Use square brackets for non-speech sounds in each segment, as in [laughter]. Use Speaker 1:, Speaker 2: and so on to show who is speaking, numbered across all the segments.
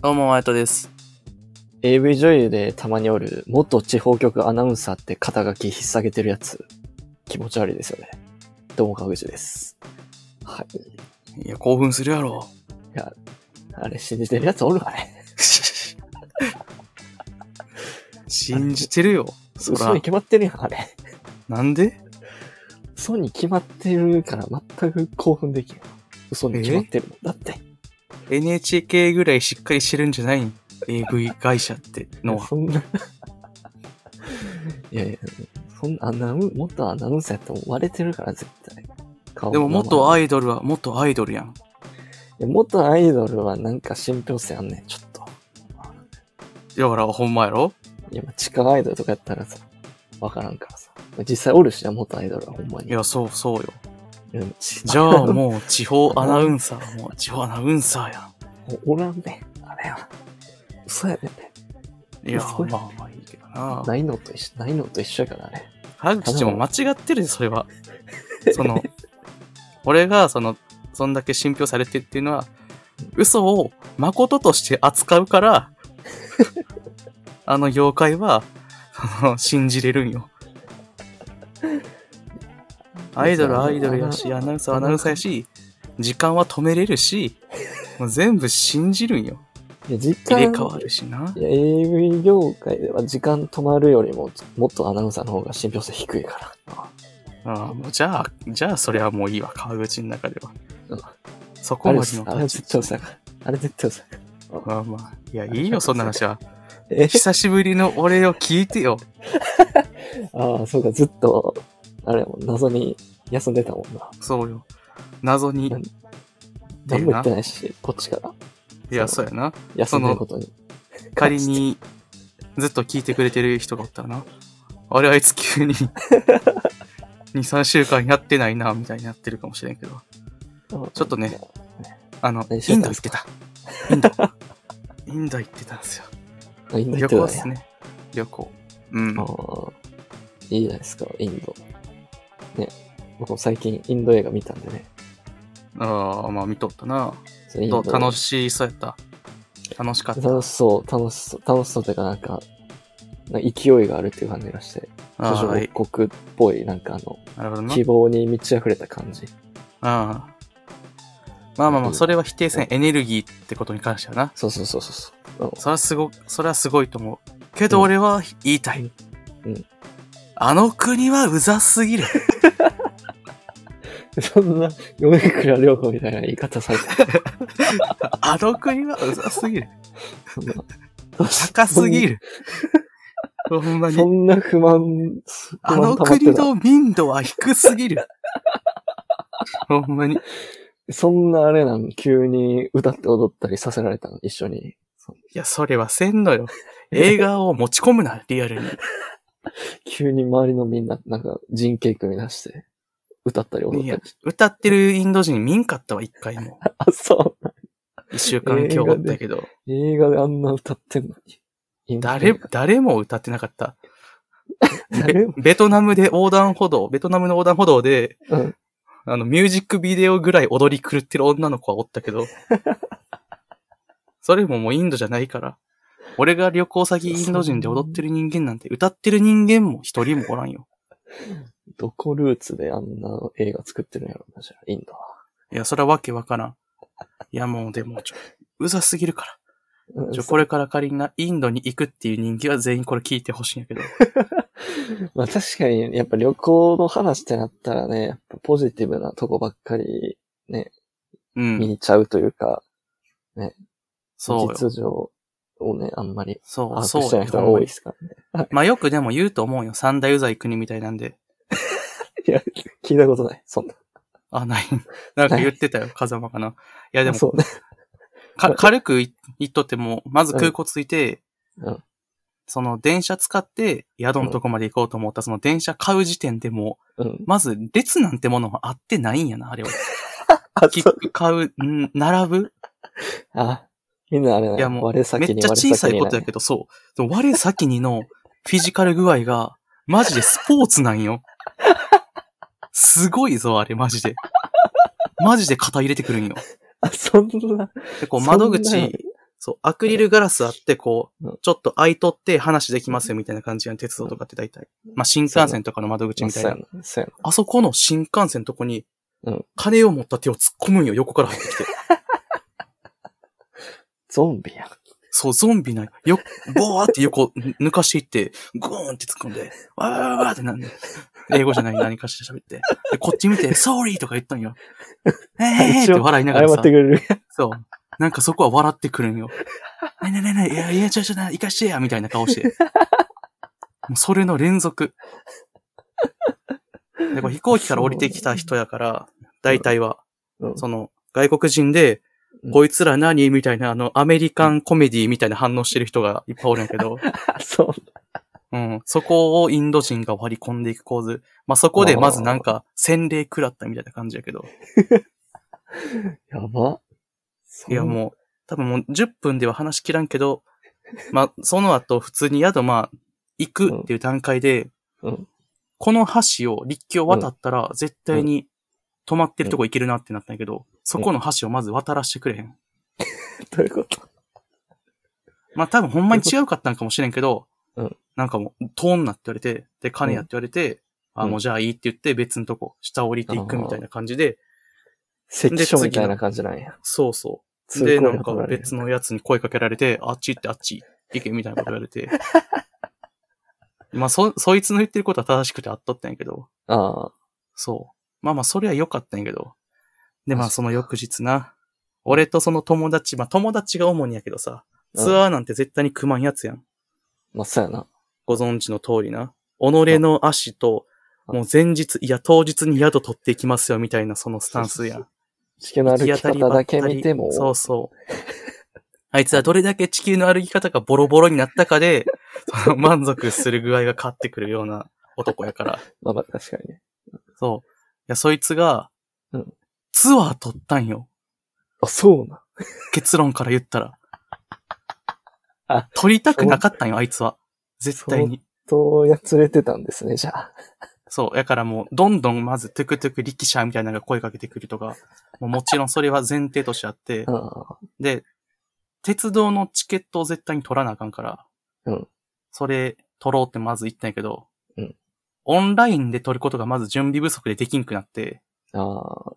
Speaker 1: どうも、あやとです。
Speaker 2: AV 女優でたまにおる元地方局アナウンサーって肩書き引っ提げてるやつ気持ち悪いですよねどうも川口ですはい
Speaker 1: いや、興奮するやろ。
Speaker 2: あれ信じてるやつおる
Speaker 1: [laughs]
Speaker 2: かね
Speaker 1: 信じてるよ。そ
Speaker 2: 嘘
Speaker 1: ら
Speaker 2: に、決まってるやんあれ
Speaker 1: なんで
Speaker 2: 嘘に決まってるから全く興奮できる嘘に決まってるもんだって
Speaker 1: ?NHK ぐらいしっかりしてるんじゃないん ?AV 会社ってのは。
Speaker 2: そんな [laughs] いやいやそんなアナウン元アナウンサーやったら割れてるから絶対顔
Speaker 1: でも、
Speaker 2: 名前
Speaker 1: 元アイドルは元アイドルやん。
Speaker 2: いや元アイドルはなんか信憑性あんねんちょっと
Speaker 1: だから、ほんまやろ
Speaker 2: いや、まあ地下アイドルとかやったらさ、わからんからさ。実際おるしな、元アイドルはほんまに。
Speaker 1: いや、そうそうよ。
Speaker 2: うん、ち
Speaker 1: じゃあ、もう、地方アナウンサー、もう、地方アナウンサーや
Speaker 2: [laughs] おおらんね。あれは。嘘やねんね。
Speaker 1: ん。いや、
Speaker 2: そうや
Speaker 1: まあまあいいけどな。
Speaker 2: ないのと一緒、ないのと一緒やからあれ。
Speaker 1: 原口ちも間違ってるで、それは。その、 [laughs] 俺が、その、そんだけ信憑されてっていうのは、嘘を誠として扱う [laughs] から、あの妖怪は、その信じれるんよ。アイドルはアイドルやし、アナウンサーはアナウンサーやし、時間は止めれるし、もう全部信じるんよ。
Speaker 2: いや、時
Speaker 1: 入
Speaker 2: 間、
Speaker 1: れ替わるし [laughs] な。
Speaker 2: いや、AV 業界では時間止まるよりも、元アナウンサーの方が信憑性低いから。
Speaker 1: ああ、もうじゃあ、じゃあそれはもういいわ、川口の中では
Speaker 2: うん。
Speaker 1: そこ
Speaker 2: あれ
Speaker 1: ま
Speaker 2: は
Speaker 1: での、
Speaker 2: あれは絶対嘘やから。あれ絶対嘘やから。
Speaker 1: まあまあ。いや、いいよ、そんな話は。
Speaker 2: え [laughs]
Speaker 1: 久しぶりの俺を聞いてよ。
Speaker 2: ああ、そうか、ずっと、あれやもん謎に休んでたもんな。
Speaker 1: そうよ。謎に。
Speaker 2: 何
Speaker 1: てい
Speaker 2: 何
Speaker 1: う
Speaker 2: も言
Speaker 1: な
Speaker 2: ってないし、こっちから。
Speaker 1: いや、そうやな。
Speaker 2: 休んでることに。
Speaker 1: 仮に、ずっと聞いてくれてる人がおったらな。あれ、あいつ急
Speaker 2: [laughs]
Speaker 1: に、2、3週間やってないな、みたいになってるかもしれんけど。
Speaker 2: うん、
Speaker 1: ちょっとねあの、
Speaker 2: 何し
Speaker 1: イ
Speaker 2: て
Speaker 1: ン
Speaker 2: た
Speaker 1: ド
Speaker 2: ん
Speaker 1: 行
Speaker 2: す
Speaker 1: ってた
Speaker 2: か。
Speaker 1: インド。インド行ってたんですよ。
Speaker 2: [laughs] あ。インド行
Speaker 1: 旅
Speaker 2: っ
Speaker 1: 行で
Speaker 2: てたんや
Speaker 1: すね。旅行。うん。
Speaker 2: ああ、いいじゃないですか、インド。ね、僕も最近インド映画見たんでね。
Speaker 1: ああ、まあ見とったな。
Speaker 2: そのイン
Speaker 1: ど
Speaker 2: ド
Speaker 1: う楽しそうやった。楽しかった。
Speaker 2: 楽しそう、楽しそう、楽しそうというかなんか、なんか勢いがあるっていう感じがして、
Speaker 1: あ
Speaker 2: 途
Speaker 1: あ、
Speaker 2: 上
Speaker 1: い
Speaker 2: 国っぽい、なんかあの、
Speaker 1: なるほどな。
Speaker 2: 希望に満ち溢れた感じ。
Speaker 1: ああ。まあまあま
Speaker 2: う
Speaker 1: あ、
Speaker 2: ん
Speaker 1: それは否定せん。エネルギーってことに関してはな。
Speaker 2: そうそうそうそう。うん
Speaker 1: それはすご、それはすごいと思う。けど俺は言いたい。
Speaker 2: うん
Speaker 1: あの国はうざすぎる。
Speaker 2: そんな、米倉涼子みたいな言い方されて
Speaker 1: あの国はうざすぎる。
Speaker 2: そんな
Speaker 1: 高すぎる。ほんま
Speaker 2: そ
Speaker 1: に。
Speaker 2: んな不満、不
Speaker 1: あ
Speaker 2: 満
Speaker 1: の
Speaker 2: 溜まっ
Speaker 1: 国
Speaker 2: てた。
Speaker 1: の民度は低すぎる。ほんまに。い
Speaker 2: そんなあれなん、急に歌って踊ったりさせられたの、一緒に。
Speaker 1: や、それはせんのよ。映画を持ち込むな、リアルに。
Speaker 2: 急に周りのみんな、なんか人形組み出して、歌ったり踊っ
Speaker 1: い
Speaker 2: た
Speaker 1: や
Speaker 2: りして。
Speaker 1: 歌ってるインド人見んかったわ、一回も。
Speaker 2: あ、そ
Speaker 1: 一週間今日おったけど。
Speaker 2: う。映画であんな歌ってんのに。いいんだ
Speaker 1: 誰、誰も歌ってなかった。
Speaker 2: 誰も
Speaker 1: ベベトナムで横断歩道、ベトナムの横断歩道で、
Speaker 2: うん。
Speaker 1: あの、ミュージックビデオぐらい踊り狂ってる女の子はおったけ
Speaker 2: [laughs]
Speaker 1: ど、それももうインドじゃないから、俺が旅行先インド人で踊ってる人間なんて、歌ってる人間も一人もおらんよ。
Speaker 2: どこルーツであんな映画作ってるんやろうな、じゃあ、インドは。
Speaker 1: いや、それはわけわからん。いや、もうでも、ちょ、うざすぎるから。
Speaker 2: うん
Speaker 1: ちょ、これから仮にな、インドに行くっていう人気は全員これ聞いてほしいんやけど。
Speaker 2: [laughs] まあ確かに、やっぱ旅行の話ってなったらね、やっぱポジティブなとこばっかり
Speaker 1: うん。
Speaker 2: 見ちゃうというか、
Speaker 1: そうよ。
Speaker 2: 実情をね、あんまり
Speaker 1: そ
Speaker 2: 把
Speaker 1: う、
Speaker 2: 握し
Speaker 1: そ
Speaker 2: て
Speaker 1: う
Speaker 2: な
Speaker 1: よ
Speaker 2: い人が多いですからね。
Speaker 1: まあよくでも言うと思うよ。三大うざい国みたいなんで。
Speaker 2: 聞いたことない、そんな。
Speaker 1: あ、ない。 [laughs] なんか言ってたよ、風間かな。いやでも、
Speaker 2: そうね。
Speaker 1: か軽くい言っとっても、まず空港着いて、
Speaker 2: うんうん
Speaker 1: その電車使って宿のとこまで行こうと思った、その電車買う時点でも
Speaker 2: うん
Speaker 1: う、。まず列なんてものはあってないんやな、あれ
Speaker 2: [laughs]
Speaker 1: は。
Speaker 2: あ、
Speaker 1: 切
Speaker 2: そう。
Speaker 1: 符買う、ん並ぶ
Speaker 2: [laughs] あ、みんなあれ
Speaker 1: いや
Speaker 2: な
Speaker 1: も
Speaker 2: の
Speaker 1: う
Speaker 2: 割れ先
Speaker 1: めっ
Speaker 2: に
Speaker 1: ちゃ
Speaker 2: 割
Speaker 1: 小
Speaker 2: れ
Speaker 1: さ
Speaker 2: 先
Speaker 1: い
Speaker 2: に
Speaker 1: ことやけど、そう。でも我先にのフィジカル具合が、マジでスポーツなんよ。すごいぞ、あれ、マジで。マジで肩入れてくるんよ。
Speaker 2: [laughs] あ、そんな。
Speaker 1: で、こう
Speaker 2: そんな
Speaker 1: 窓口、そそう、アクリルガラスあって、こ
Speaker 2: うん
Speaker 1: う、ちょっと開いとって話できますよみたいな感じやん、鉄道とかって大体。まあ、新幹線とかの窓口みたい
Speaker 2: そうや
Speaker 1: な。
Speaker 2: な。そうや
Speaker 1: あそこの新幹線のとこに
Speaker 2: うん、
Speaker 1: 金を持った手を突っ込むんよ、横から入ってきて。
Speaker 2: な。ゾンビやん。
Speaker 1: そう、ゾンビな、よ、ボーって横抜かしていって、ゴーンって突っ込んで、わーわーわーってなんで、英語じゃない何かしら喋って。で、こっち見て、ソーリーとか言ったん
Speaker 2: [laughs]
Speaker 1: よ。えーって笑いながら
Speaker 2: 謝
Speaker 1: さ
Speaker 2: っ。てくれる。
Speaker 1: そう。なんかそこは笑ってくるんよ。ねえねえねえねえ、いや、いや、ちょちょな、行かしてや、みたいな顔して。もうそれの連続。で、これ飛行機から降りてきた人やから、大体は、
Speaker 2: うん
Speaker 1: その、外国人で
Speaker 2: う、ん
Speaker 1: こいつら何みたいな、あの、アメリカンコメディみたいな反応してる人がいっぱいおるんやけ
Speaker 2: [laughs]
Speaker 1: ど、
Speaker 2: あそう。
Speaker 1: うん。そこをインド人が割り込んでいく構図。まあ、そこでまずなんか、洗礼食らったみたいな感じやけど。
Speaker 2: やば。
Speaker 1: いや、もう、多分もう10分では話しきらんけど、まあ、その後普通に宿、まあ、行くっていう段階で、
Speaker 2: うんうん
Speaker 1: この橋を、陸橋を渡ったら、絶対に止まってるとこ行けるなってなったんやけど、そこの橋をまず渡らしてくれへん。
Speaker 2: う。どういうこと
Speaker 1: まあ、多分ほんまに違うかったんかもしれんけど、
Speaker 2: うん
Speaker 1: なんかもう、通んなって言われて、で、金やって言われて、あ、
Speaker 2: うん
Speaker 1: もうじゃあいいって言って、別のとこ、下降りていくみたいな感じで、
Speaker 2: 関所みたいな感じなんや。
Speaker 1: そうそう。
Speaker 2: 通
Speaker 1: で、
Speaker 2: 行
Speaker 1: な
Speaker 2: 料
Speaker 1: んか
Speaker 2: 取られる
Speaker 1: 別のやつに声かけられて、あっち行ってあっち行けみたいなこと言われて。 [laughs] まあ、そ、そいつの言ってることは正しくてあっとったんやけど、
Speaker 2: ああ。
Speaker 1: そう。まあまあ、それは良かったんやけど。で、まあ、
Speaker 2: あ
Speaker 1: その翌日な、俺とその友達、まあ友達が主にやけどさ、
Speaker 2: うん
Speaker 1: ツアーなんて絶対に組まんやつやん。
Speaker 2: まあ、そうやな。
Speaker 1: ご存知の通りな。己の足と、
Speaker 2: うん
Speaker 1: もう前日、いや当日に宿取っていきますよみたいなそのスタンスやん。
Speaker 2: 地球の歩き方だけ見ても、
Speaker 1: そうそう。あいつはどれだけ地球の歩き方がボロボロになったか
Speaker 2: [laughs]
Speaker 1: で、その満足する具合が変わってくるような男やから。
Speaker 2: まあまあ確かにね。
Speaker 1: そう。いや、そいつが
Speaker 2: うん、
Speaker 1: ツアー取ったんよ。
Speaker 2: あ、そうな。
Speaker 1: 結論から言ったら
Speaker 2: あ。
Speaker 1: 取りたくなかったんよ、あいつは。絶対に。
Speaker 2: と、やつれてたんですね、じゃあ。
Speaker 1: そう。やからもう、どんどんまず、トゥクトゥク力車みたいなのが声かけてくるとか、もうもちろんそれは前提としてあって、
Speaker 2: ああ。
Speaker 1: で、鉄道のチケットを絶対に取らなあかんから、
Speaker 2: うん
Speaker 1: それ取ろうってまず言ったんやけど、
Speaker 2: うん
Speaker 1: オンラインで取ることがまず準備不足でできんくなって、
Speaker 2: ああ。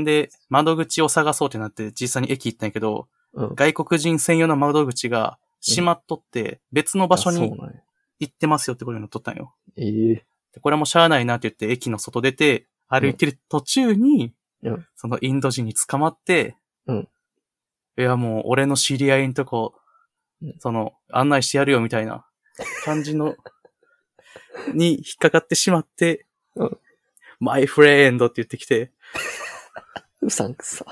Speaker 1: んで、窓口を探そうってなって実際に駅行ったんやけど、
Speaker 2: うん。
Speaker 1: 外国人専用の窓口が閉まっとって、別の場所
Speaker 2: あそう
Speaker 1: に
Speaker 2: なんや
Speaker 1: 行ってますよってことになっとったんよ。
Speaker 2: ええ
Speaker 1: でこれはもうしゃあないなって言って駅の外出て、歩いてる途中に、
Speaker 2: うん
Speaker 1: そのインド人に捕まって、
Speaker 2: うん
Speaker 1: いやもう俺の知り合いのとこ
Speaker 2: うん、
Speaker 1: その案内してやるよみたいな感じの、に引っかかってしまって
Speaker 2: うん、
Speaker 1: マイフレンドって言ってきて、
Speaker 2: うさんくさ。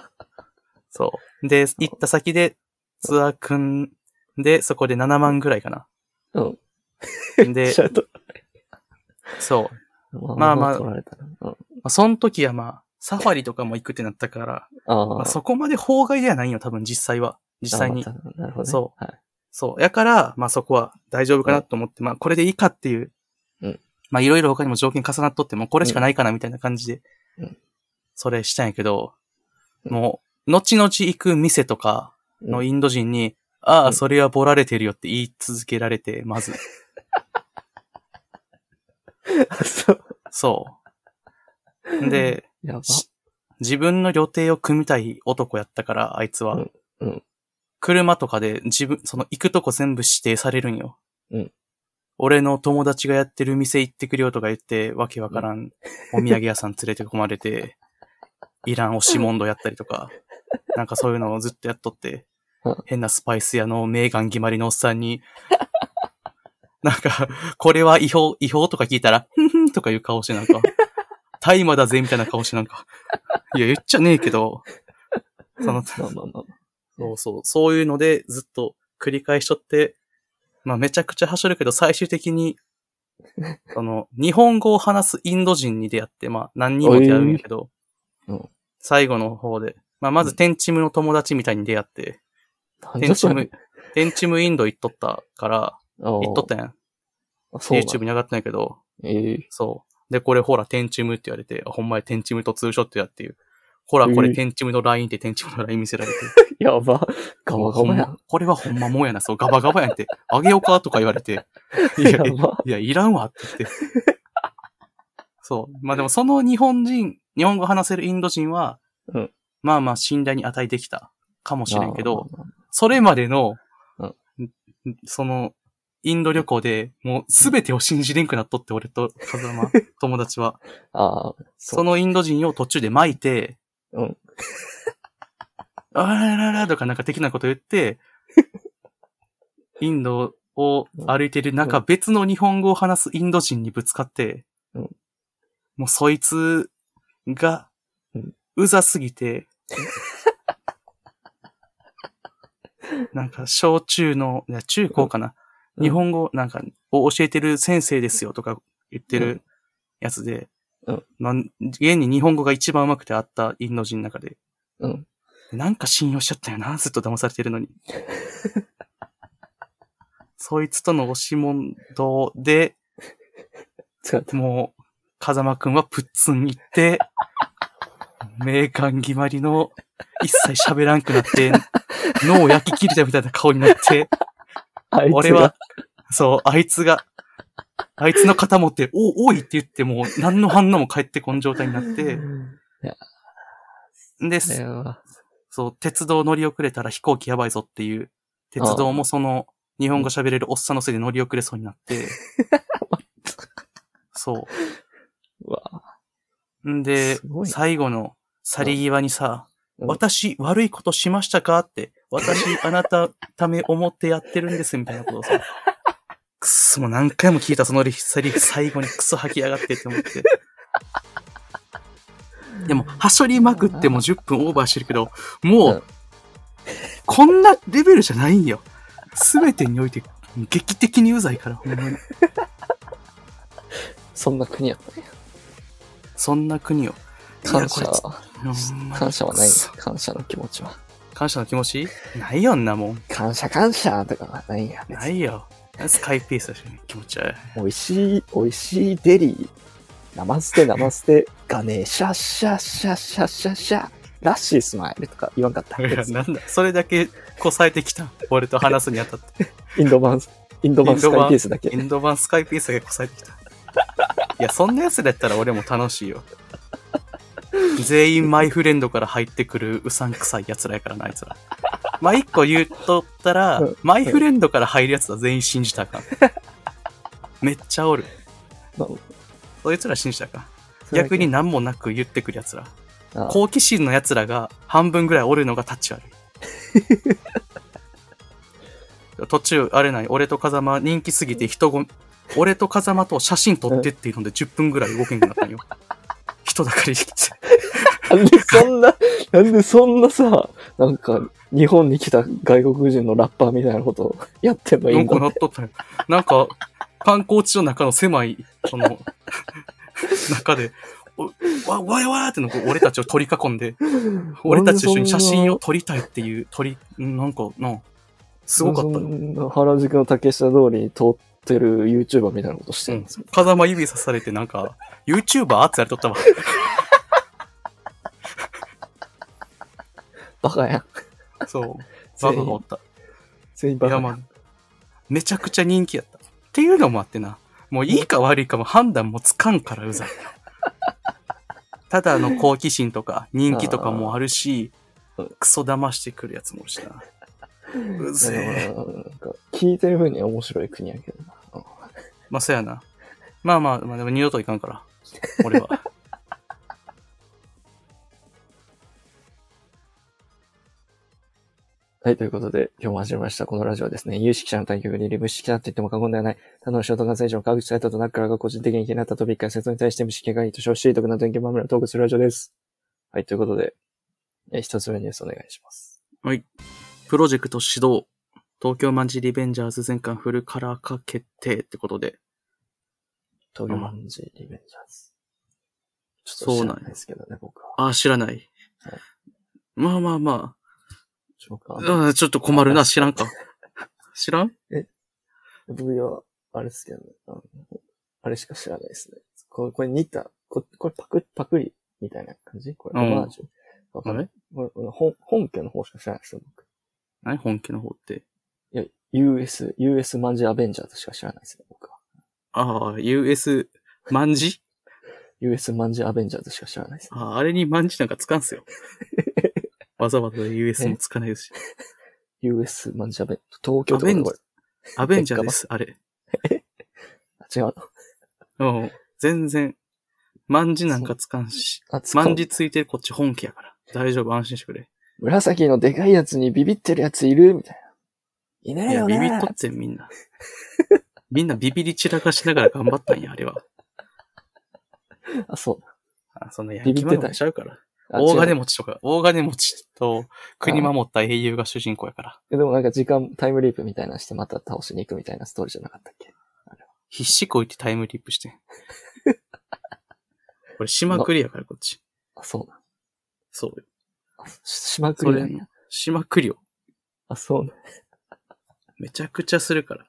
Speaker 1: そう。で、行った先でツアー組んで、そこで7万ぐらいかな。
Speaker 2: うん。 [laughs]
Speaker 1: で
Speaker 2: ち、ゃんと
Speaker 1: そう。
Speaker 2: ま
Speaker 1: ま
Speaker 2: あま
Speaker 1: あ
Speaker 2: あ。取られたなうん。
Speaker 1: まあ、その時はまあ、サファリとかも行くってなったから、
Speaker 2: あ
Speaker 1: まあ、
Speaker 2: あ。
Speaker 1: そこまで法外ではないよ、多分実際は。実際に
Speaker 2: あ。またなるほどね。。
Speaker 1: そう
Speaker 2: はい。
Speaker 1: そう。やから、まあそこは大丈夫かなと思って、まあこれでいいかっていう。
Speaker 2: うん
Speaker 1: まあいろいろ他にも条件重なっとって、もうこれしかないかなみたいな感じで。
Speaker 2: うん
Speaker 1: それしたんやけど、
Speaker 2: うん
Speaker 1: もう、後々行く店とかのインド人に、あ
Speaker 2: う
Speaker 1: あ、
Speaker 2: ん
Speaker 1: それはボられてるよって言い続けられて、まず。
Speaker 2: あ [laughs] そう。 [laughs]
Speaker 1: そう。で、
Speaker 2: やば。
Speaker 1: し自分の予定を組みたい男やったから、あいつは。
Speaker 2: うんうん
Speaker 1: 車とかで自分、その行くとこ全部指定されるんよ。
Speaker 2: うん
Speaker 1: 俺の友達がやってる店行ってくるよとか言って、わけわからん、お土産屋さん連れてこまれ
Speaker 2: [laughs]
Speaker 1: て、イラン押し問答やったりとか、なんかそういうのをずっとやっとって
Speaker 2: うん、
Speaker 1: 変なスパイス屋の名眼決まりのおっさんに、 [laughs] なんか、これは違法、違法とか聞いたら、ふんふんとかいう顔して
Speaker 2: [laughs]
Speaker 1: なんか、大麻だぜみたいな顔してなんか、いや、言っちゃねえけど、その、
Speaker 2: まあまあまあ。
Speaker 1: そうそう、そういうのでずっと繰り返しとって、まあめちゃくちゃ走るけど最終的 [laughs] に、その、日本語を話すインド人に出会って、まあ何人も出会うんやけど、
Speaker 2: おいうん
Speaker 1: 最後の方で、まあまずテンチムの友達みたいに出会って、
Speaker 2: な
Speaker 1: テ
Speaker 2: んじ
Speaker 1: ン
Speaker 2: ゃそ
Speaker 1: チ
Speaker 2: れ
Speaker 1: ム、テンチムインド行っとったから、
Speaker 2: ああ
Speaker 1: 行っとったやん。
Speaker 2: あそうなん
Speaker 1: YouTube に上がってないけど、
Speaker 2: ええ
Speaker 1: そう。で、これほら、テンチムって言われて、あほんまやテンチムとツーショットやっていう。ほら、こ
Speaker 2: え
Speaker 1: れ、
Speaker 2: ー
Speaker 1: 天チムの LINE って天チムの LINE 見せられて。
Speaker 2: やば。ガバガ
Speaker 1: ほ
Speaker 2: バや
Speaker 1: んま
Speaker 2: ん。
Speaker 1: これはほんまもんやな、そう、ガバガバやんっ
Speaker 2: [laughs]
Speaker 1: て。あげようかとか言われて。いや
Speaker 2: や、ば。
Speaker 1: いや、いらんわって言って。そう。まあでも、その日本人、日本語話せるインド人は、
Speaker 2: うん
Speaker 1: まあまあ、信頼に値できたかもしれんけど、
Speaker 2: まあまあまあ
Speaker 1: それまでの、
Speaker 2: うん
Speaker 1: んその、インド旅行で、もうすべてを信じれんくなっとって、俺と風
Speaker 2: [laughs]
Speaker 1: 間、友達は。
Speaker 2: ああ、
Speaker 1: そのインド人を途中で巻いて、
Speaker 2: うん。
Speaker 1: [laughs] あらららとかなんか的なこと言っ
Speaker 2: [laughs]
Speaker 1: て、インドを歩いてる中、
Speaker 2: う
Speaker 1: 別の日本語を話すインド人にぶつかって、
Speaker 2: うん
Speaker 1: もうそいつが
Speaker 2: うん、
Speaker 1: うざすぎ
Speaker 2: [laughs]
Speaker 1: て、なんか、小中の、いや中高かな、
Speaker 2: うん
Speaker 1: 日本語なんかを教えてる先生ですよとか言ってるやつで、
Speaker 2: うん
Speaker 1: なん現に日本語が一番上手くてあったインド人の中で、
Speaker 2: うん。
Speaker 1: なんか信用しちゃったよな、ずっと騙されてるの
Speaker 2: [laughs]
Speaker 1: に。そいつとの押し問答で、
Speaker 2: 使った。
Speaker 1: もう、風間くんはプッツン行って、名鑑決まりの、一切喋らんくなって、脳を焼き切れたみたいな顔になって、
Speaker 2: あいつが
Speaker 1: 俺は、、そう、あいつが、あいつの肩持って、お、おいって言っても、何の反応も返ってこん状態にな
Speaker 2: [laughs]
Speaker 1: って、で、
Speaker 2: あれは
Speaker 1: そう、鉄道乗り遅れたら飛行機やばいぞっていう、鉄道もその、日本語喋れるおっさんのせいで乗り遅れそうにな
Speaker 2: [laughs]
Speaker 1: って、そう
Speaker 2: わ
Speaker 1: う。んで、
Speaker 2: すごいな
Speaker 1: 最後の去り際にさ、
Speaker 2: うん
Speaker 1: 私悪いことしましたかって、私あなたため思ってやってるんですみたいなことをさ、くっそ、もう何回も聞いたそのセリフ最後にクソ吐きやがってって思って。でも、はしょりまくっても10分オーバーしてるけど、もう、
Speaker 2: うん
Speaker 1: こんなレベルじゃないんよ。すべてにおいて劇的にうざいから、ほんまに。
Speaker 2: そんな国やったね。
Speaker 1: そんな国を。
Speaker 2: 感謝
Speaker 1: いや、これつほんまに
Speaker 2: 感謝はない
Speaker 1: くそ。
Speaker 2: 感謝の気持ちは。
Speaker 1: 感謝の気持ちないよんなもん。
Speaker 2: 感謝感謝とかはないんや。別に
Speaker 1: ないよ。スカイピースだし、気持ち悪い。
Speaker 2: 美味しい、美味しいデリー。ナマステ、ナマステ、ガネーシャッシャッシャッシャッシャッシャッ、ラッシースマイルとか言わんかった。
Speaker 1: いやなんだ、それだけこさえてきた。俺と話すにあたって。
Speaker 2: インド版、インド版
Speaker 1: イン
Speaker 2: ス
Speaker 1: ド版
Speaker 2: カイケースだけ
Speaker 1: イ。ンド版スカイピースだけこさえてきた。いや、そんな奴だったら俺も楽しいよ。全員マイフレンドから入ってくるうさんくさい奴らやからな、あいつら。まあ、一個言うとったら
Speaker 2: うん、
Speaker 1: マイフレンドから入る奴は全員信じたらあかん。めっちゃおる。
Speaker 2: まあ
Speaker 1: そいつら信じたらあかん。逆に、何もなく言ってくる奴ら。
Speaker 2: あ
Speaker 1: 好奇心の奴らが半分ぐらいおるのがタッチ悪
Speaker 2: [laughs]
Speaker 1: い。途中、あれない、俺と風間人気すぎて人ごみ、俺と風間と写真撮ってっていうので10分ぐらい動けんくなったん
Speaker 2: [laughs]
Speaker 1: よ。人だかりして。
Speaker 2: なんでそんな、なんでそんなさ、なんか、日本に来た外国人のラッパーみたいなことをやってもいい
Speaker 1: なんんか
Speaker 2: だ
Speaker 1: なっとったんよ。なんか、観光地の中の狭い、その、 [laughs] 中で、おわ、わやわーってのこう俺たちを取り囲んで、俺たちと一緒に写真を撮りたいっていう鳥、なんか、な、すごかったよ。
Speaker 2: よ。原宿の竹下通りに通ってる YouTuber みたいなことしてるんですよ。
Speaker 1: 風間指さされてなんか、YouTuber ってやれと
Speaker 2: [laughs]
Speaker 1: ったわ。
Speaker 2: バカやん。
Speaker 1: そう。バ
Speaker 2: 全
Speaker 1: カがお
Speaker 2: 員
Speaker 1: っ、た。
Speaker 2: 全員
Speaker 1: い
Speaker 2: バカ
Speaker 1: や
Speaker 2: やん
Speaker 1: まあ、めちゃくちゃ人気やった。っていうのもあってな、もういいか悪いかも判断もつかんからう
Speaker 2: [laughs]
Speaker 1: ざい。ただの好奇心とか人気とかもあるし
Speaker 2: あー、
Speaker 1: クソ騙してくるやつもおるしな。うぜえ。
Speaker 2: なんか聞いてる分には面白い国やけどな。うん
Speaker 1: まあ、そうやな。まあまあ、まあ、でも二度といかんから。俺
Speaker 2: [laughs]
Speaker 1: は。
Speaker 2: はい、ということで、今日も始まりました。このラジオはですね、有識者の対局により無識者と言っても過言ではない、他の仕事関西上、川口サイトとナックラが個人的に気になったトピックや説に対して無識がいいと称し、独断と意見まみれをトークするラジオです。はい、ということで、え一つ目のニュースお願いします。
Speaker 1: プロジェクト始動。東京マンジリベンジャーズ全巻フルカラー化決定ってことで。
Speaker 2: 東京マンジリベンジャーズ。ちょっと知らないですけどね、僕は。
Speaker 1: ああ、知らない
Speaker 2: はい。
Speaker 1: まあまあま
Speaker 2: 僕
Speaker 1: あ。
Speaker 2: は、
Speaker 1: うんちょっと困るな、知らんか。 [laughs] 知らん
Speaker 2: 僕は、あれですけどね、あのあれしか知らないですね。これ、これ似た、ここれパク、パクリみたいな感じこれ、
Speaker 1: うん
Speaker 2: オマージュわか
Speaker 1: あ
Speaker 2: んない
Speaker 1: れ
Speaker 2: 俺俺本本家の方しか知らないですよ、僕。
Speaker 1: 何本家の方って。
Speaker 2: いや、US、US マンジアベンジャーとしか知らないですね、僕は。
Speaker 1: ああ、US、万字
Speaker 2: US マンジアベンジャーとしか知らないですね。
Speaker 1: ああ、あれに万字なんかつかんす [laughs] よ。わざわざ US もつかないですし。
Speaker 2: US マンジアベン、東京と
Speaker 1: ア
Speaker 2: か
Speaker 1: ベン
Speaker 2: で
Speaker 1: ジ
Speaker 2: こ
Speaker 1: ャーアベンジャーです、あれ。
Speaker 2: れ。あ違うの。
Speaker 1: うん。全然、万字なんかつかんし。
Speaker 2: あ、つか
Speaker 1: 万字ついてるこっち本家やから。大丈夫、安心してくれ。
Speaker 2: 紫のでかいやつにビビってるやついるみたいな。いないい
Speaker 1: や、
Speaker 2: よ
Speaker 1: ビ
Speaker 2: ね
Speaker 1: ビっとってん、み [laughs] んな。みんなビビり散らかしながら頑張ったんや、あれは。
Speaker 2: あ、そう。
Speaker 1: あそんなヤ
Speaker 2: ビ
Speaker 1: ン
Speaker 2: ビ
Speaker 1: キ
Speaker 2: っ
Speaker 1: ー
Speaker 2: て
Speaker 1: 漫
Speaker 2: た
Speaker 1: 画ちゃうから。
Speaker 2: あ
Speaker 1: 大
Speaker 2: 違
Speaker 1: 金
Speaker 2: う
Speaker 1: 持ちとか、大金持ちと国守った英雄が主人公やから。
Speaker 2: えでもなんか時間、タイムリープみたいなのしてまた倒しに行くみたいなストーリーじゃなかったっけ
Speaker 1: [laughs] 必死こいてタイムリープしてん。 [laughs] これ、島クリやから、こっち。
Speaker 2: あ、そうなん。
Speaker 1: そうよ。
Speaker 2: あし島
Speaker 1: そ
Speaker 2: 国
Speaker 1: れ
Speaker 2: なん
Speaker 1: の
Speaker 2: や。、
Speaker 1: 島クリを
Speaker 2: あ、そうなん。
Speaker 1: めちゃくちゃするから。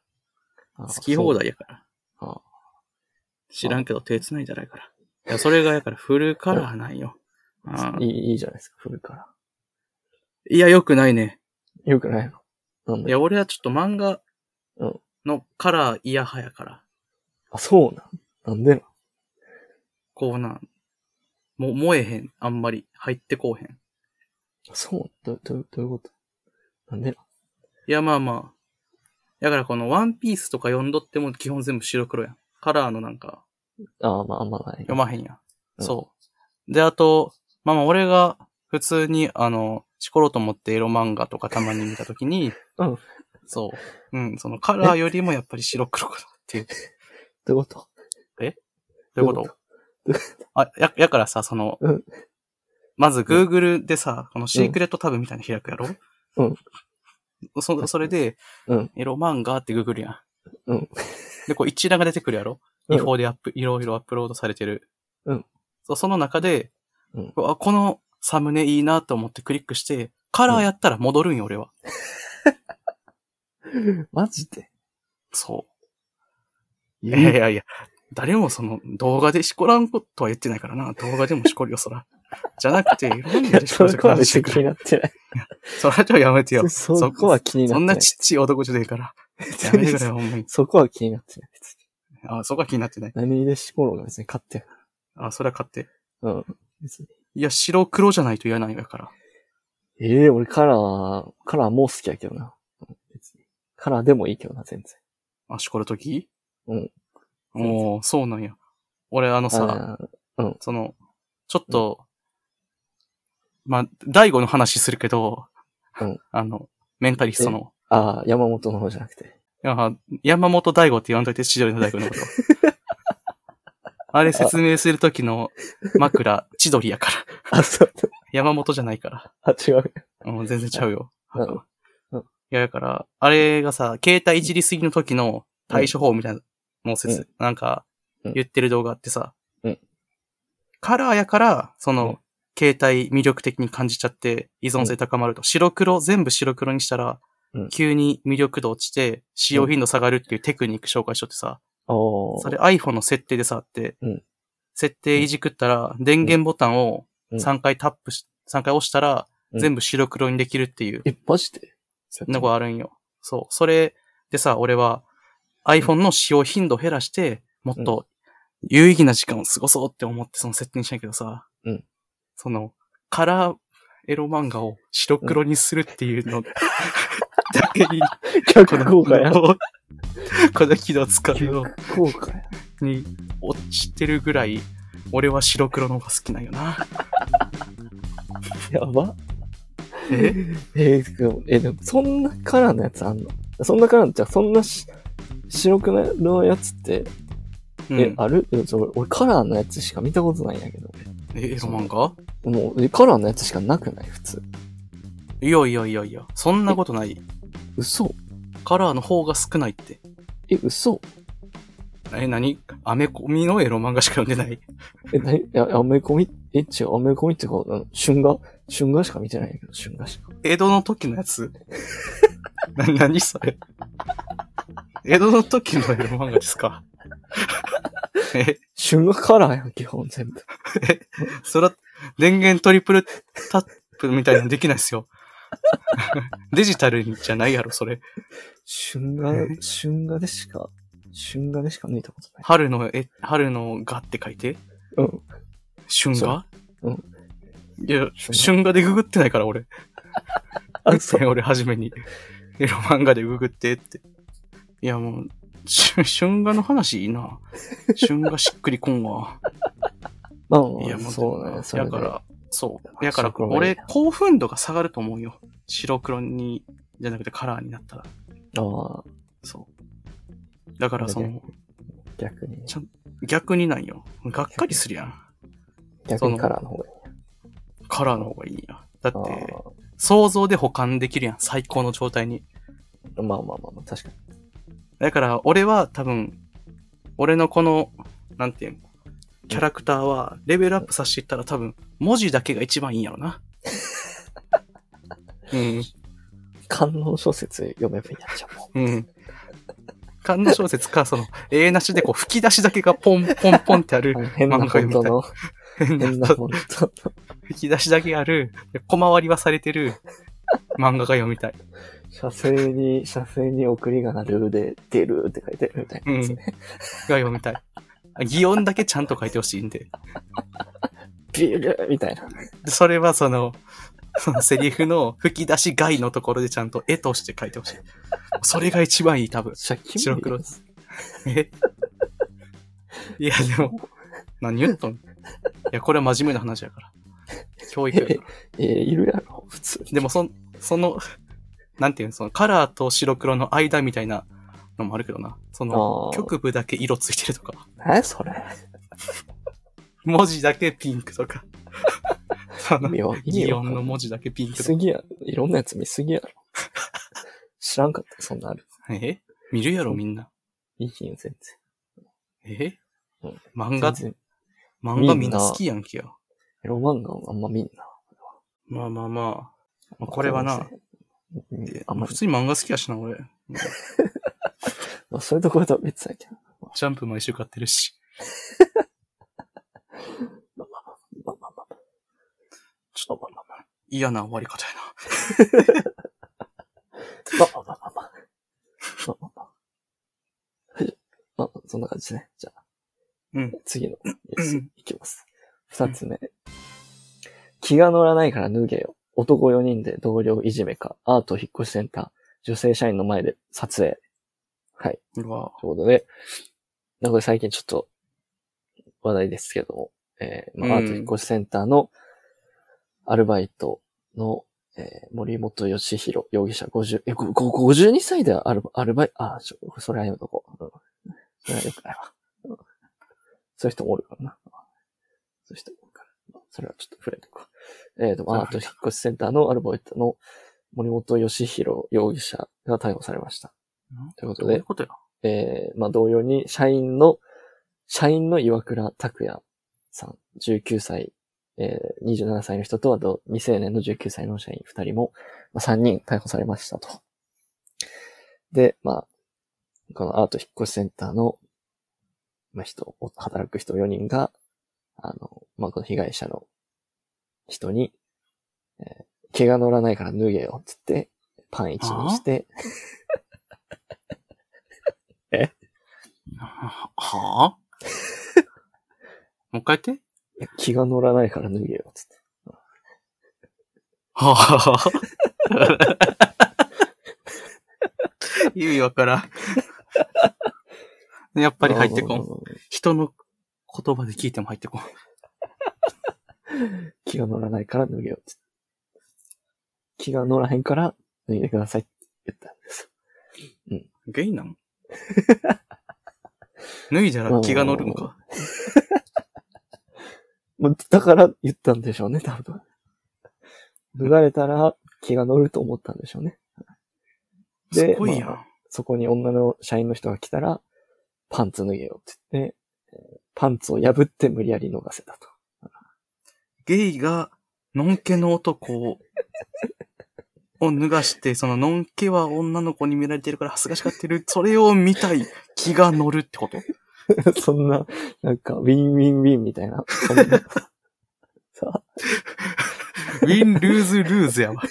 Speaker 2: あ
Speaker 1: 好き放
Speaker 2: だ。
Speaker 1: 題やから
Speaker 2: そうあ。
Speaker 1: 知らんけど手繋いだらやから。いや、それがやからフルカラーなんよ。あ
Speaker 2: そう
Speaker 1: あ
Speaker 2: いい、いいじゃないですか、古いか
Speaker 1: いや、よくないね。
Speaker 2: ら。よくないのなん
Speaker 1: い
Speaker 2: だよ
Speaker 1: や、俺はちょっと漫画
Speaker 2: うん
Speaker 1: のカラー嫌派やから。
Speaker 2: あ、そうなん。なんで
Speaker 1: こうなん、も、燃えへん。あんまり入ってこうへん。
Speaker 2: あそうど、ど、どういうことなんで
Speaker 1: いや、まあまあ。だからこのワンピースとか読んどっても基本全部白黒やん。カラーのなんか
Speaker 2: ああ、まあ、あんまない。
Speaker 1: 読まへんやん。
Speaker 2: うん
Speaker 1: そう。で、あと、まあまあ俺が普通にあの、しころうと思ってエロ漫画とかたまに見たときに、
Speaker 2: うん。
Speaker 1: そう。うん、そのカラーよりもやっぱり白黒かなっていう。
Speaker 2: [laughs] どういうこと
Speaker 1: どういうことあ、や、やからさ、その、
Speaker 2: うん
Speaker 1: まず Google でさ、このシークレットタブみたいなの開くやろうん。そ、それで、
Speaker 2: うん
Speaker 1: エロ漫画ってググるやん。
Speaker 2: うん。
Speaker 1: で、こう一覧が出てくるやろ
Speaker 2: うん
Speaker 1: 違法でアップ、いろいろアップロードされてる。
Speaker 2: うん。
Speaker 1: そうその中で、
Speaker 2: うん
Speaker 1: あ、このサムネいいなと思ってクリックして、カラーやったら戻るんよ、俺は。
Speaker 2: マジで
Speaker 1: そう。
Speaker 2: い
Speaker 1: いやいやいや、誰もその動画でしこらんことは言ってないからな。動画でもしこるよ、そら。じゃなくて、いろんなでしこ
Speaker 2: そ
Speaker 1: る
Speaker 2: こは
Speaker 1: 感じし
Speaker 2: 別
Speaker 1: て
Speaker 2: に
Speaker 1: く
Speaker 2: 気に
Speaker 1: る。
Speaker 2: なってない。
Speaker 1: そらちょ、やめてよ。
Speaker 2: [laughs] そそこは気になってない。
Speaker 1: そんなちっちい男じゃねえ
Speaker 2: [laughs]
Speaker 1: から。やめてくれ、ほんまに。
Speaker 2: そこは気になってない。別に
Speaker 1: あ、そこは気になってない。
Speaker 2: 何でしころうが別に勝って
Speaker 1: あ、それは勝手。
Speaker 2: る。うん。別に。
Speaker 1: いや、白黒じゃないと嫌なんやから。
Speaker 2: ええ俺カラー、カラーもう好きやけどな。うん別に。カラーでもいいけどな、全然。
Speaker 1: あ、しこるとき
Speaker 2: うん。
Speaker 1: おー、そうなんや。俺、あのさ、
Speaker 2: あー
Speaker 1: その、ちょっと、まあ、第五の話するけど、
Speaker 2: うん
Speaker 1: [laughs] あの、メンタリストの、
Speaker 2: あー、山本の方じゃなくて。 [laughs]
Speaker 1: いや山本大吾って言わんといて、千鳥の大吾のこと。あれ説明するときの枕、千鳥やから。
Speaker 2: あ、そう。
Speaker 1: 山本じゃないから。
Speaker 2: あ、違う。
Speaker 1: うん、全然ちゃうよ。
Speaker 2: うん
Speaker 1: い
Speaker 2: うん
Speaker 1: や、だから、あれがさ、携帯いじりすぎの時の対処法みたいなのを説、なんか
Speaker 2: うん、
Speaker 1: 言ってる動画あってさ、
Speaker 2: うん
Speaker 1: カラーやから、その、
Speaker 2: うん
Speaker 1: 携帯魅力的に感じちゃって依存性高まると。白黒、全部白黒にしたら、
Speaker 2: うん
Speaker 1: 急に魅力度落ちて、使用頻度下がるっていうテクニック紹介しとってさ、
Speaker 2: おー。
Speaker 1: それ iPhone の設定でさ、あって、
Speaker 2: うん
Speaker 1: 設定いじくったら、電源ボタンを
Speaker 2: うん
Speaker 1: 3回タップし、3回押したら、
Speaker 2: うん
Speaker 1: 全部白黒にできるっていう
Speaker 2: え、マジで
Speaker 1: のがあるんよ。そう。それでさ、俺は iPhone の使用頻度を減らして、もっと有意義な時間を過ごそうって思ってその設定にしたんやけどさ、
Speaker 2: うん
Speaker 1: そのカラーエロ漫画を白黒にするっていう
Speaker 2: [laughs]
Speaker 1: の、だけに、
Speaker 2: [laughs] 逆効果や。
Speaker 1: [laughs] この機能使うの
Speaker 2: 効果や。
Speaker 1: に落ちてるぐらい、俺は白黒の方が好きなんよな。
Speaker 2: やば。
Speaker 1: え
Speaker 2: えーでもえ、でも、そんなカラーのやつあんのそんなカラーのじゃあそんなし白くないのやつって、
Speaker 1: うん、
Speaker 2: え
Speaker 1: え、、
Speaker 2: あるえちょ俺カラーのやつしか見たことないんやけど。
Speaker 1: エロ漫画
Speaker 2: もう、えカラーのやつしかなくない普通。
Speaker 1: いやいやいやいや、そんなことない。
Speaker 2: 嘘
Speaker 1: カラーの方が少ないって。
Speaker 2: え、嘘
Speaker 1: え、何アメコミのエロ漫画しか読んでない。
Speaker 2: え、なにいや、アメコミ、え、違う、アメコミっていうか、あの春画春画しか見てないんやけど、春画しか。
Speaker 1: 江戸の時のやつ。 [laughs] な、何それ江戸の時のエロ漫画ですかえ、
Speaker 2: 春画カラーやん、基本全部。
Speaker 1: そら、電源トリプルタップみたいなのできないですよ。デジタルじゃないやろ、それ。
Speaker 2: 春画、春画でしか、春画でしか抜いたことない。
Speaker 1: 春の、え、春のがって書いて。
Speaker 2: うん。
Speaker 1: 春画
Speaker 2: そううん
Speaker 1: いや、春画でググってないから、俺。[laughs]
Speaker 2: あ、そう。
Speaker 1: 俺、初めに。エロ漫画でググってって。いや、もう、し春画の話いいな。春画しっくりこん
Speaker 2: [laughs]
Speaker 1: わ。
Speaker 2: まあまあまあ、
Speaker 1: いや、もう、
Speaker 2: そうだね。それ
Speaker 1: や
Speaker 2: で
Speaker 1: から、そう。やから、
Speaker 2: 白黒がいい
Speaker 1: 俺
Speaker 2: な、
Speaker 1: 興奮度が下がると思うよ。白黒に、じゃなくてカラーになったら。
Speaker 2: ああ、
Speaker 1: そう。だから、そ
Speaker 2: な
Speaker 1: の、
Speaker 2: 逆にね。
Speaker 1: ちゃ逆になんよ。がっかりするやん。
Speaker 2: 逆
Speaker 1: そ
Speaker 2: に
Speaker 1: の
Speaker 2: カラーの方がいい。
Speaker 1: カラーの方がいいんや。だ
Speaker 2: あ
Speaker 1: って、想像で保管できるやん。最高の状態に。
Speaker 2: あ、まあまあまあまあ、確かに。
Speaker 1: だから、俺は多分、俺のこの、なんていうの、キャラクターは、レベルアップさせていったら多分、文字だけが一番いいんやろな。うん、
Speaker 2: 観音小説読めばいいやんじゃんも
Speaker 1: うん。感動小説か、その、絵なしでこう、吹き出しだけがポンポンポンって
Speaker 2: [laughs]
Speaker 1: ある
Speaker 2: う。あの変な
Speaker 1: [laughs] 漫
Speaker 2: フ
Speaker 1: 画読
Speaker 2: ォン
Speaker 1: みたい
Speaker 2: トの、
Speaker 1: 変
Speaker 2: 変な
Speaker 1: な
Speaker 2: フォントの。 [laughs]
Speaker 1: 吹き出しだけある、で小回りはされてる漫画が読みたい。
Speaker 2: 写生に、写生に送りがなるで出るって書いてあるみたいな
Speaker 1: う
Speaker 2: や
Speaker 1: ん。
Speaker 2: つ
Speaker 1: が
Speaker 2: ね。
Speaker 1: 読みたい。あ擬音だけちゃんと書いてほしいんで。
Speaker 2: ビルみたいな。
Speaker 1: でそれはその、 [laughs] そのセリフの吹き出し外のところでちゃんと絵として書いてほしい。それが一番いい、多分。
Speaker 2: シャキ
Speaker 1: 白黒です。えいや、でも、何言っとんいや、これは真面目な話やから。教育や
Speaker 2: [laughs]
Speaker 1: から。
Speaker 2: えー、いるやろ、普通に。
Speaker 1: でも、そ、その、なんていうの、そのカラーと白黒の間みたいなのもあるけどな。その、
Speaker 2: ああ。
Speaker 1: 局部だけ色ついてるとか。
Speaker 2: 何それ
Speaker 1: 文字だけピンクとか。 [laughs] その
Speaker 2: 意味わ
Speaker 1: 擬音の文字だけピン
Speaker 2: 見
Speaker 1: クと
Speaker 2: す
Speaker 1: か。
Speaker 2: ぎや。いろんなやつ見すぎやろ。 [laughs] 知らんかった、そんなある。
Speaker 1: え見るやろ、みんな。
Speaker 2: いい品、全
Speaker 1: え
Speaker 2: うん
Speaker 1: 漫
Speaker 2: 然。
Speaker 1: 画
Speaker 2: 全、然。
Speaker 1: 漫画み
Speaker 2: みん
Speaker 1: ん
Speaker 2: な
Speaker 1: な好きやんけよ。
Speaker 2: エロ漫画はあんま見んな。
Speaker 1: まあまあまあ。これはな、
Speaker 2: うん。
Speaker 1: え
Speaker 2: あんま
Speaker 1: 普
Speaker 2: り、
Speaker 1: 通に漫画好きやしな、俺。
Speaker 2: まあ、そういうところとは別だけど。
Speaker 1: ジャンプ毎週買ってるし。ち
Speaker 2: まあまあまあ。まあまあまあまあ。
Speaker 1: 嫌な終わり方やな。
Speaker 2: まあまあまあまあ。まあまあまあ。はい。まあまあ、そんな感じですね。じゃあ。
Speaker 1: うん
Speaker 2: 次のニュー
Speaker 1: う
Speaker 2: ス
Speaker 1: ん
Speaker 2: いきます。二つ目。気が乗らないから脱げよ。男4人で同僚いじめか。アート引っ越しセンター。女性社員の前で撮影。はい。
Speaker 1: うわ
Speaker 2: ということで、なんか最近ちょっと話題ですけども、えーまあ、ア
Speaker 1: うん
Speaker 2: ート引っ越しセンターのアルバイトの、えー森本義弘容疑者50、え、ごご52歳でアルバアルバイ、あ、ちょ、それはやめとこう。うん、それはよくないわ。うんそういう人もおるからな。そういう人もおるから。それはちょっと触れとこう。えー、と、まあアート引っ越しセンターのアルバイトの森本義弘容疑者が逮捕されました。
Speaker 1: ん
Speaker 2: ということ
Speaker 1: どうい
Speaker 2: で
Speaker 1: う、ことや。
Speaker 2: えーまあ同様に、社員の、社員の岩倉拓也さん、19歳、えー、27歳の人と、あと未成年の19歳の社員2人も、まあ、3人逮捕されましたと。で、まあ、このアート引っ越しセンターの、まあ人、お働く人4人が、あの、まあこの被害者の人に、えー毛が乗らないから脱げよ、つって、パン一にして、
Speaker 1: ははぁもう一回言って。
Speaker 2: いや気が乗らないから脱げよ、つって。
Speaker 1: はぁ [laughs] 意味わからん。やっぱり入ってこん。
Speaker 2: ん。
Speaker 1: 人の言葉で聞いても入ってこん。
Speaker 2: 気が乗らないから脱げようって。気が乗らへんから脱いでくださいって言ったんです。
Speaker 1: ゲイなん [laughs] 脱いだら気が乗るんか。
Speaker 2: もうだから言ったんでしょうね、多分。脱がれたら気が乗ると思ったんでしょうね。
Speaker 1: す
Speaker 2: で
Speaker 1: ごいやん。
Speaker 2: まそこに女の社員の人が来たら、パンツ脱げようって言って、えーパンツを破って無理やり逃せたと。
Speaker 1: ゲイが、のんけの男を、を脱がして、そののんけは女の子に見られてるから恥ずかしがってる。それを見たい気が乗るって [laughs] こと
Speaker 2: [laughs] そんな、なんか、ウィンウィンウィンみたいな。そんなさあ、
Speaker 1: win, lose, lose やわ。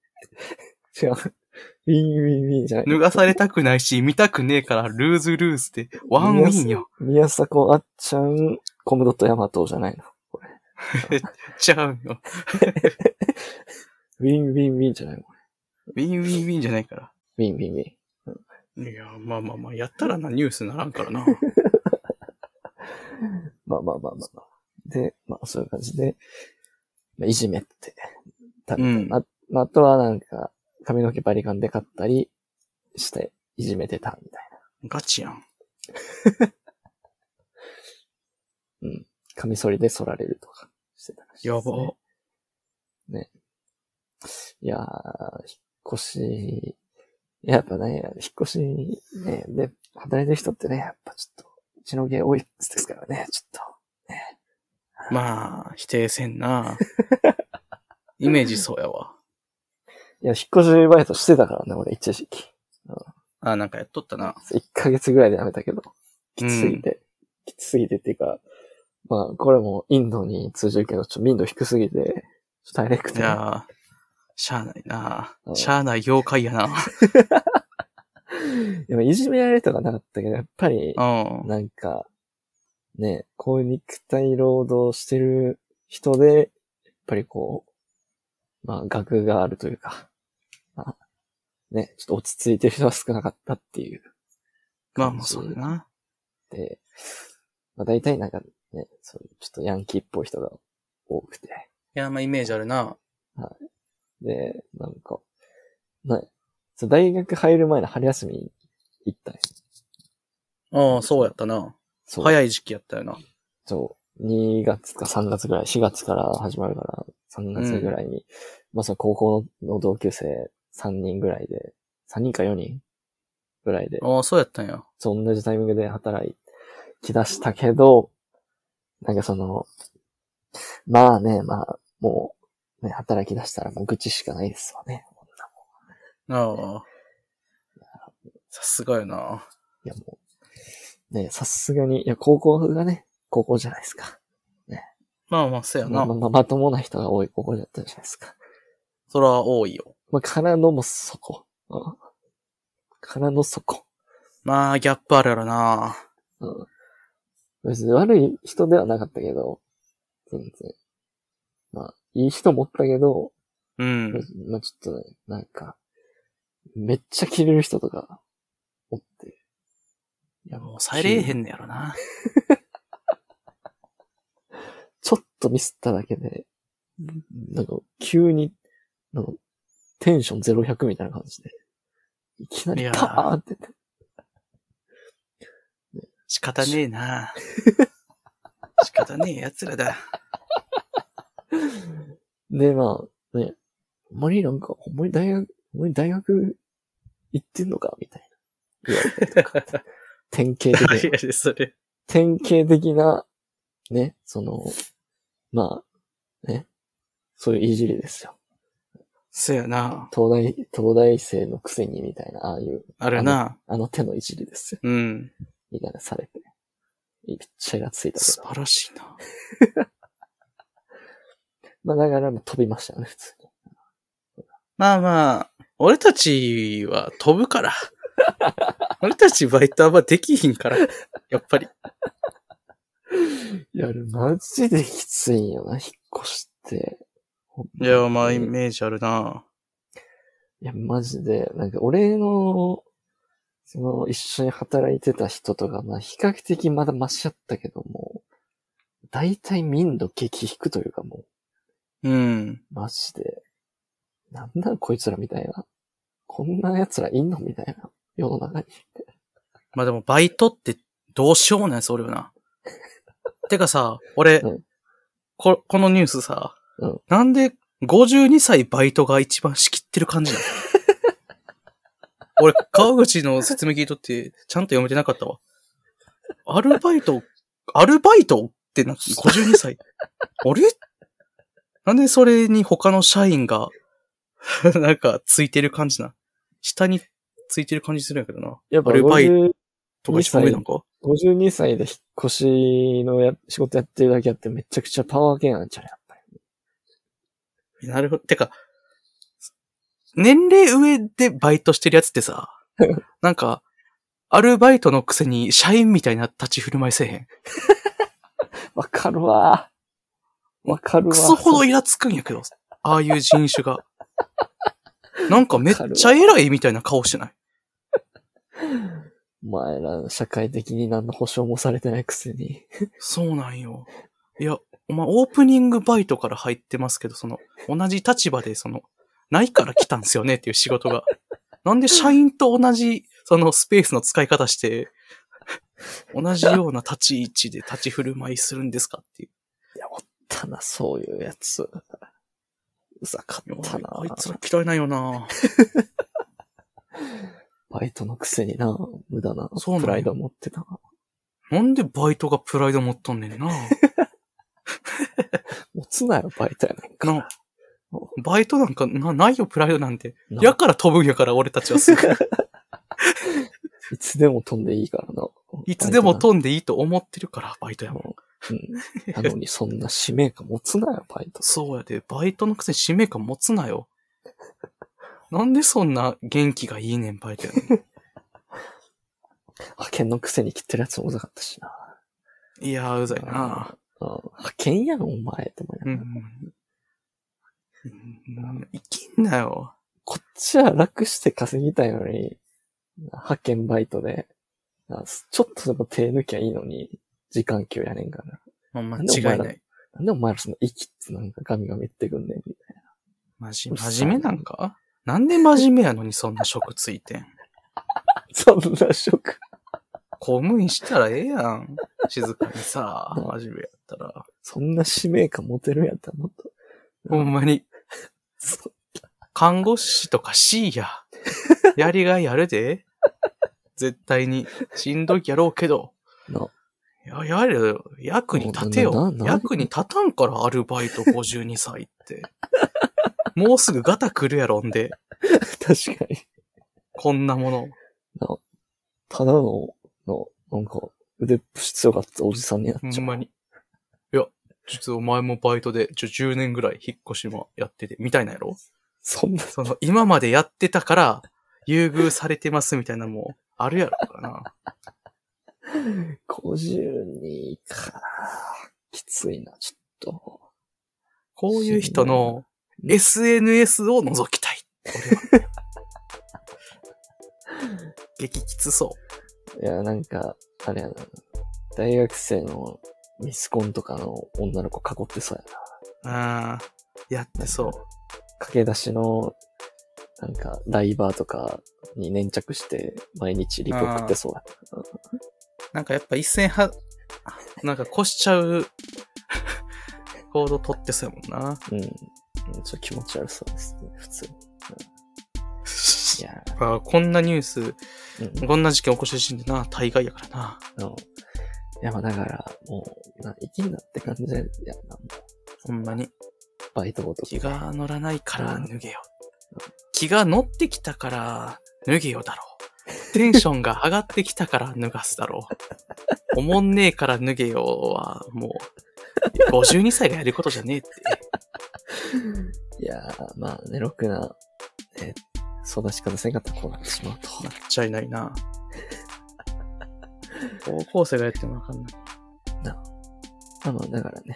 Speaker 2: [laughs] 違う。ウィンウィンウィンじゃない。
Speaker 1: 脱がされたくないし、見たくねえから、ルーズルーズで、ワンウィンよ。
Speaker 2: 宮迫あっちゃん、コムドットヤマトじゃないの。
Speaker 1: ちゃうよ。
Speaker 2: ウィンウィンウィンじゃないの。
Speaker 1: ウィンウィンウィンじゃないか
Speaker 2: ウィンウィンウィン。
Speaker 1: ら。いや、まあまあまあ、やったらな、ニュースならんからな。 [laughs]
Speaker 2: まあまあまあまあまあ。で、まあそういう感じで、まあ、いじめって、多
Speaker 1: う
Speaker 2: 分、
Speaker 1: ん
Speaker 2: まあ、まあ、あとはなんか、髪の毛バリカンで買ったりして、いじめてたみたいな。
Speaker 1: ガチやん。
Speaker 2: 髪剃りで剃られるとかしてたらしい
Speaker 1: や
Speaker 2: で
Speaker 1: ば
Speaker 2: すね。。いやー、引っ越し、やっぱね、引っ越し、ね、で、働いてる人ってね、やっぱちょっと、うちの芸多いですからね、ちょっ
Speaker 1: まあ、否定せん [laughs] な。イメージそうやわ。
Speaker 2: と。いや、引っ越しバイトしてたからね、俺一時期。
Speaker 1: あ、なんかやっとったな。
Speaker 2: 1ヶ月ぐらいで辞めたけど、きつすぎて、きつすぎてっていうか、まあ、これもインドに通じるけど、ちょっと民度低すぎて、ちょっと大変く
Speaker 1: い
Speaker 2: て。
Speaker 1: やー、しゃあないな
Speaker 2: う。ん
Speaker 1: しゃあない妖怪や [laughs] な。
Speaker 2: でも、いじめられるとかなかったけど、やっぱり、
Speaker 1: うん。
Speaker 2: なんか、ね、こういう肉体労働してる人で、やっぱりこう、まあ、学があるというか、まあ、ね、ちょっと落ち着いてる人は少なかったっていう
Speaker 1: まあまあ、そうだな。
Speaker 2: で、まあ、大体なんかね、そういうちょっとヤンキーっぽい人が多くて、
Speaker 1: いや、まあ、イメージあるな。
Speaker 2: で、なんか、ね、そう大学入る前の春休みに行ったんよ
Speaker 1: ああ、そうやったな。
Speaker 2: そう
Speaker 1: 早い時期やったよな。
Speaker 2: そう、2月か3月ぐらい、4月から始まるから、3月ぐらいに、まあその高校の同級生3人ぐらいで、3人か4人ぐらいで、
Speaker 1: ああ、そうやったんや。
Speaker 2: そう同じタイミングで働き出したけど、なんかその、まあね、まあ、もう、ね、働き出したらもう愚痴しかないですわね。
Speaker 1: ああ。さすがよな。
Speaker 2: いやもう、ね、さすがに、いや高校がね、高校じゃないですか。
Speaker 1: まあまあ、そうや
Speaker 2: ま
Speaker 1: な。
Speaker 2: あまあまともな人が多い高校だったじゃないですか。
Speaker 1: そら多いよ。
Speaker 2: まあ、からのもそこ。うんからのそこ。
Speaker 1: まあ、ギャップあるやろな。
Speaker 2: うん別に悪い人ではなかったけど、全然。まあ、いい人もおったけど、
Speaker 1: うん。
Speaker 2: まあちょっとね、なんか、めっちゃキレる人とか、おって。いや、
Speaker 1: もう、されえへ
Speaker 2: ん。
Speaker 1: んねやろな。
Speaker 2: ちょっとミスっただけで、なんか、急に、なんか、テンション0100みたいな感じで、いきないり
Speaker 1: や
Speaker 2: パ
Speaker 1: ー
Speaker 2: ーンってね
Speaker 1: 仕方ねえな。 [laughs] 仕方ねえ奴らだ。
Speaker 2: で、まあ、ね、ほんまになんか、ほんまに大学、ほんまに大学行ってんのかみたいな。言われたりとか
Speaker 1: [laughs]
Speaker 2: 典型的な、
Speaker 1: や、それ。
Speaker 2: 典型的な、ね、その、まあ、ね、そういういじりですよ。
Speaker 1: そうやな。
Speaker 2: 東大、東大生のくせにみたいな、ああいう、
Speaker 1: あるな。
Speaker 2: あの手のいじりですよ。
Speaker 1: うん。
Speaker 2: みたいなされて。めっちゃイラついたけ
Speaker 1: 素
Speaker 2: ど。
Speaker 1: 晴らしいな。
Speaker 2: まあ、だからもう飛びましたよね、普通に。
Speaker 1: まあまあ、俺たちは飛ぶ [laughs] から。俺たちバイトあんまできひんから。やっぱり。
Speaker 2: いや、マジできついよな、引っ越して。ほん
Speaker 1: い
Speaker 2: まに
Speaker 1: や、まあ、イメージあるな。
Speaker 2: いや、マジで、なんか俺の、その、一緒に働いてた人とか、まあ、比較的まだマシだったけども、大体民度激低というかも
Speaker 1: うん。
Speaker 2: う、マジで、なんなんこいつらみたいな。こんな奴らいんのみたいな。世の中に。
Speaker 1: まあでも、バイトってどうしようもないです、俺は
Speaker 2: [laughs]
Speaker 1: な。てかさ、俺、
Speaker 2: うん
Speaker 1: こ、このニュースさ、
Speaker 2: うん
Speaker 1: なんで52歳バイトが一番仕切ってる感
Speaker 2: [laughs]
Speaker 1: じなの俺、川口の説明聞いとって、ちゃんと読めてなかったわ。アルバイト、アルバイトってなって、52歳。あれなんでそれに他の社員が、 [laughs] なんか、ついてる感じな。下についてる感じするんやけどな。
Speaker 2: やっ
Speaker 1: ぱアルバイ
Speaker 2: 50
Speaker 1: とか一番上なんか
Speaker 2: 52歳で引っ越しのや仕事やってるだけあってめちゃくちゃパワー系なんじゃうやっぱり。
Speaker 1: なるほど。てか、年齢上でバイトしてるやつってさ、なんか、アルバイトのくせに社員みたいな立ち振る舞いせえへん。
Speaker 2: わかるわ。わかるわ。
Speaker 1: クソほどイラつくんやけど、ああいう人種が。なんかめっちゃ偉いみたいな顔してない。
Speaker 2: お前ら、社会的に何の保証もされてないくせに。
Speaker 1: そうなんよ。いや、お前オープニングバイトから入ってますけど、その、同じ立場で、その、ないから来たんすよねっていう仕事
Speaker 2: [laughs]
Speaker 1: が。なんで社員と同じ、そのスペースの使い方して、同じような立ち位置で立ち振る舞いするんですかっていう。
Speaker 2: ただ、そういうやつ。うざかっ
Speaker 1: い
Speaker 2: た
Speaker 1: や
Speaker 2: な
Speaker 1: あい。つら嫌いなんよな
Speaker 2: バイトのくせにな、無駄な。
Speaker 1: そうなんよ
Speaker 2: プライド持ってたな。
Speaker 1: なんでバイトがプライド持っとんね
Speaker 2: [laughs]
Speaker 1: んな
Speaker 2: 持つなよ、バイトやなんか。
Speaker 1: なバイトなんかなないよ、プライドなんて。
Speaker 2: な
Speaker 1: やから飛ぶんやから、俺たちはすぐ。
Speaker 2: [laughs] いつでも飛んでいいからな。
Speaker 1: いつでも
Speaker 2: ん
Speaker 1: 飛んでいいと思ってるから、バイトやもん。
Speaker 2: うん。なのに、そんな使命感持つなよ、バイト。
Speaker 1: そうやで、バイトのくせに使命感持つな
Speaker 2: [laughs]
Speaker 1: よ。なんでそんな元気がいいねん、バイトやのに
Speaker 2: 派遣のくせに切ってるやつもうざかったしな。 [laughs]
Speaker 1: いやー、うざいな
Speaker 2: うん派遣やん、お前。と思い
Speaker 1: うんう
Speaker 2: ながら
Speaker 1: ん。うん生きんなよ。
Speaker 2: こっちは楽して稼ぎたいのに、派遣バイトで、あちょっとでも手抜きゃいいのに、時間給やねんから。
Speaker 1: もう間
Speaker 2: なんで
Speaker 1: 違
Speaker 2: お
Speaker 1: い
Speaker 2: 前ら
Speaker 1: ない。
Speaker 2: なんでお前らその息ってなんかガミガミ言ってくんねん、みたいな。
Speaker 1: まじ、真面目なんかなんで真面目やのにそんな職ついてん。
Speaker 2: そんな [laughs] 職。
Speaker 1: 公務員したらええやん。静かに
Speaker 2: [laughs]
Speaker 1: さ、真面目やったら。
Speaker 2: そんな使命感持てるんやったらもっと。
Speaker 1: ほんまに、
Speaker 2: そ
Speaker 1: 看護師とか C
Speaker 2: [laughs]
Speaker 1: や。やりがいあるで。絶対に、しんどいやろうけど。
Speaker 2: ない
Speaker 1: や、やれよ。役に立てよ
Speaker 2: な。なな
Speaker 1: 役に立たんから、アルバイト52歳って。 [laughs] もうすぐガタ来るやろんで、
Speaker 2: 確かに。
Speaker 1: こんなもの。
Speaker 2: なただの、の、なんか、腕っぷし強かったおじさんになっ
Speaker 1: ほ
Speaker 2: ちゃ
Speaker 1: ん
Speaker 2: う。
Speaker 1: まに。いや、実はお前もバイトで、ちょ、10年ぐらい引っ越しもやってて、みたいなんやろ
Speaker 2: そんな、
Speaker 1: その、今までやってたから、優遇されてますみたいなのも、あるやろうかな。
Speaker 2: 52か。きついな、ちょっと。
Speaker 1: こういう人の
Speaker 2: うん
Speaker 1: SNS を覗きたい。
Speaker 2: [laughs]
Speaker 1: 俺は。激きつそ
Speaker 2: いや、なんか、あれやな。大学生のミスコンとかの女の子囲ってそうやな。
Speaker 1: う。うん。やってそう。
Speaker 2: 駆け出しの、なんか、ライバーとかに粘着して、毎日リポ食ってそうや
Speaker 1: なんかやっぱ一線は、なんか越しちゃう [laughs] 行動取ってそうやもんな。
Speaker 2: な。うん。うんちょっと気持ち悪そうですね、普通に。いや
Speaker 1: あこんなニュース、
Speaker 2: ー、うん。
Speaker 1: こんな事件起こしてほしいんでな、大概やからな。
Speaker 2: あのいや、まあだから、もう、な、生きんなって感じやな、もう
Speaker 1: ほんまに。
Speaker 2: バイトごとき
Speaker 1: 気が乗らないから脱げよ。気が乗ってきたから脱げよだろう。テンションが上がってきたから脱がすだろう。おもんねえから脱げよはもう、52歳がやることじゃねえって。
Speaker 2: いやー、まあね、ろくな、えー、育ち方せんかったらこうなってしまうと。
Speaker 1: なっちゃいないな。高校生がやってもわかんない。
Speaker 2: まあまあ、だからね、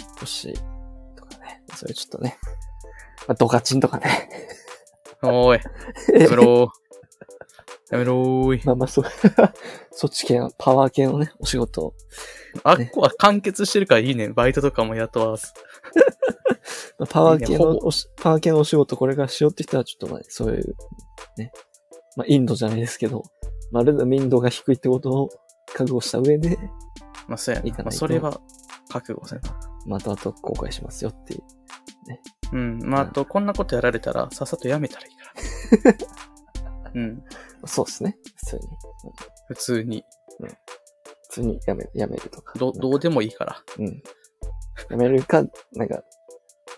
Speaker 2: 引っ越しとかね、それちょっとね、まあ、ドカチンとかね。
Speaker 1: おい、やめろー。やめろーい。
Speaker 2: [laughs] まあまあ、そう、 [laughs] そっち系の、パワー系のね、お仕事を、
Speaker 1: あっこは完結してるからいいね。バイトとかも雇わず。
Speaker 2: まあ、パワー系
Speaker 1: いいね
Speaker 2: の
Speaker 1: ほぼ
Speaker 2: おし、パワー系のお仕事これからしようって人は、ちょっとまあ、そういう、ね、まあ、インドじゃないですけど、まあ、ある程度民度が低いってことを覚悟した上で、
Speaker 1: まあ、そうや
Speaker 2: いい
Speaker 1: な。
Speaker 2: かな
Speaker 1: まあ、それは覚悟せな。
Speaker 2: また後々後悔しますよっていう。
Speaker 1: うん。まあ、
Speaker 2: う
Speaker 1: あ
Speaker 2: ん
Speaker 1: と、こんなことやられたら、さっさとやめたらいい
Speaker 2: [laughs]
Speaker 1: から。うん。
Speaker 2: そうですね。普通に。
Speaker 1: 普通に。
Speaker 2: 普通にやめ、やめるとか。
Speaker 1: ど、どうでもいいから。
Speaker 2: うん。やめるか、なんか、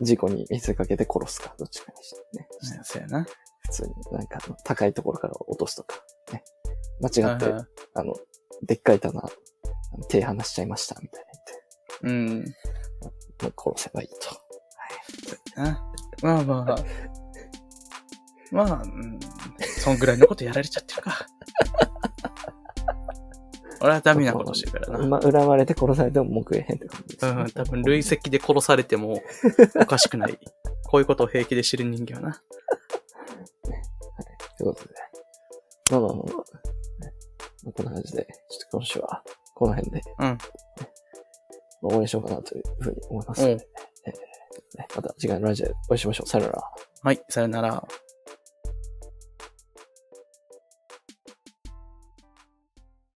Speaker 2: 事故に見せかけて殺すか、どっちかにしてね。
Speaker 1: うんそうやな。
Speaker 2: 普通に、なんか、高いところから落とすとか、ね。間違って、あの、でっかい棚、あの手離しちゃいました、みたいな
Speaker 1: うん。
Speaker 2: 言って、もう殺せばいいと。
Speaker 1: なまあまあまあ。まあ、うん、そんぐらいのことやられちゃってる
Speaker 2: [laughs]
Speaker 1: か。俺はダメなことしてるからな。
Speaker 2: ま、恨まれて殺されても文句言えへんって感じです、
Speaker 1: うん、多分累積で殺されてもおかしくない。こういうことを平気で知る人間は [laughs] な。
Speaker 2: ということで。まあまあまあまあ。こんな感じで、ちょっと今週は、この辺で、
Speaker 1: うん。
Speaker 2: まあ応援しようかなというふうに思います。
Speaker 1: うん
Speaker 2: ねまた次回のラジオでお会いしましょう。さよなら。
Speaker 1: はい、さよなら。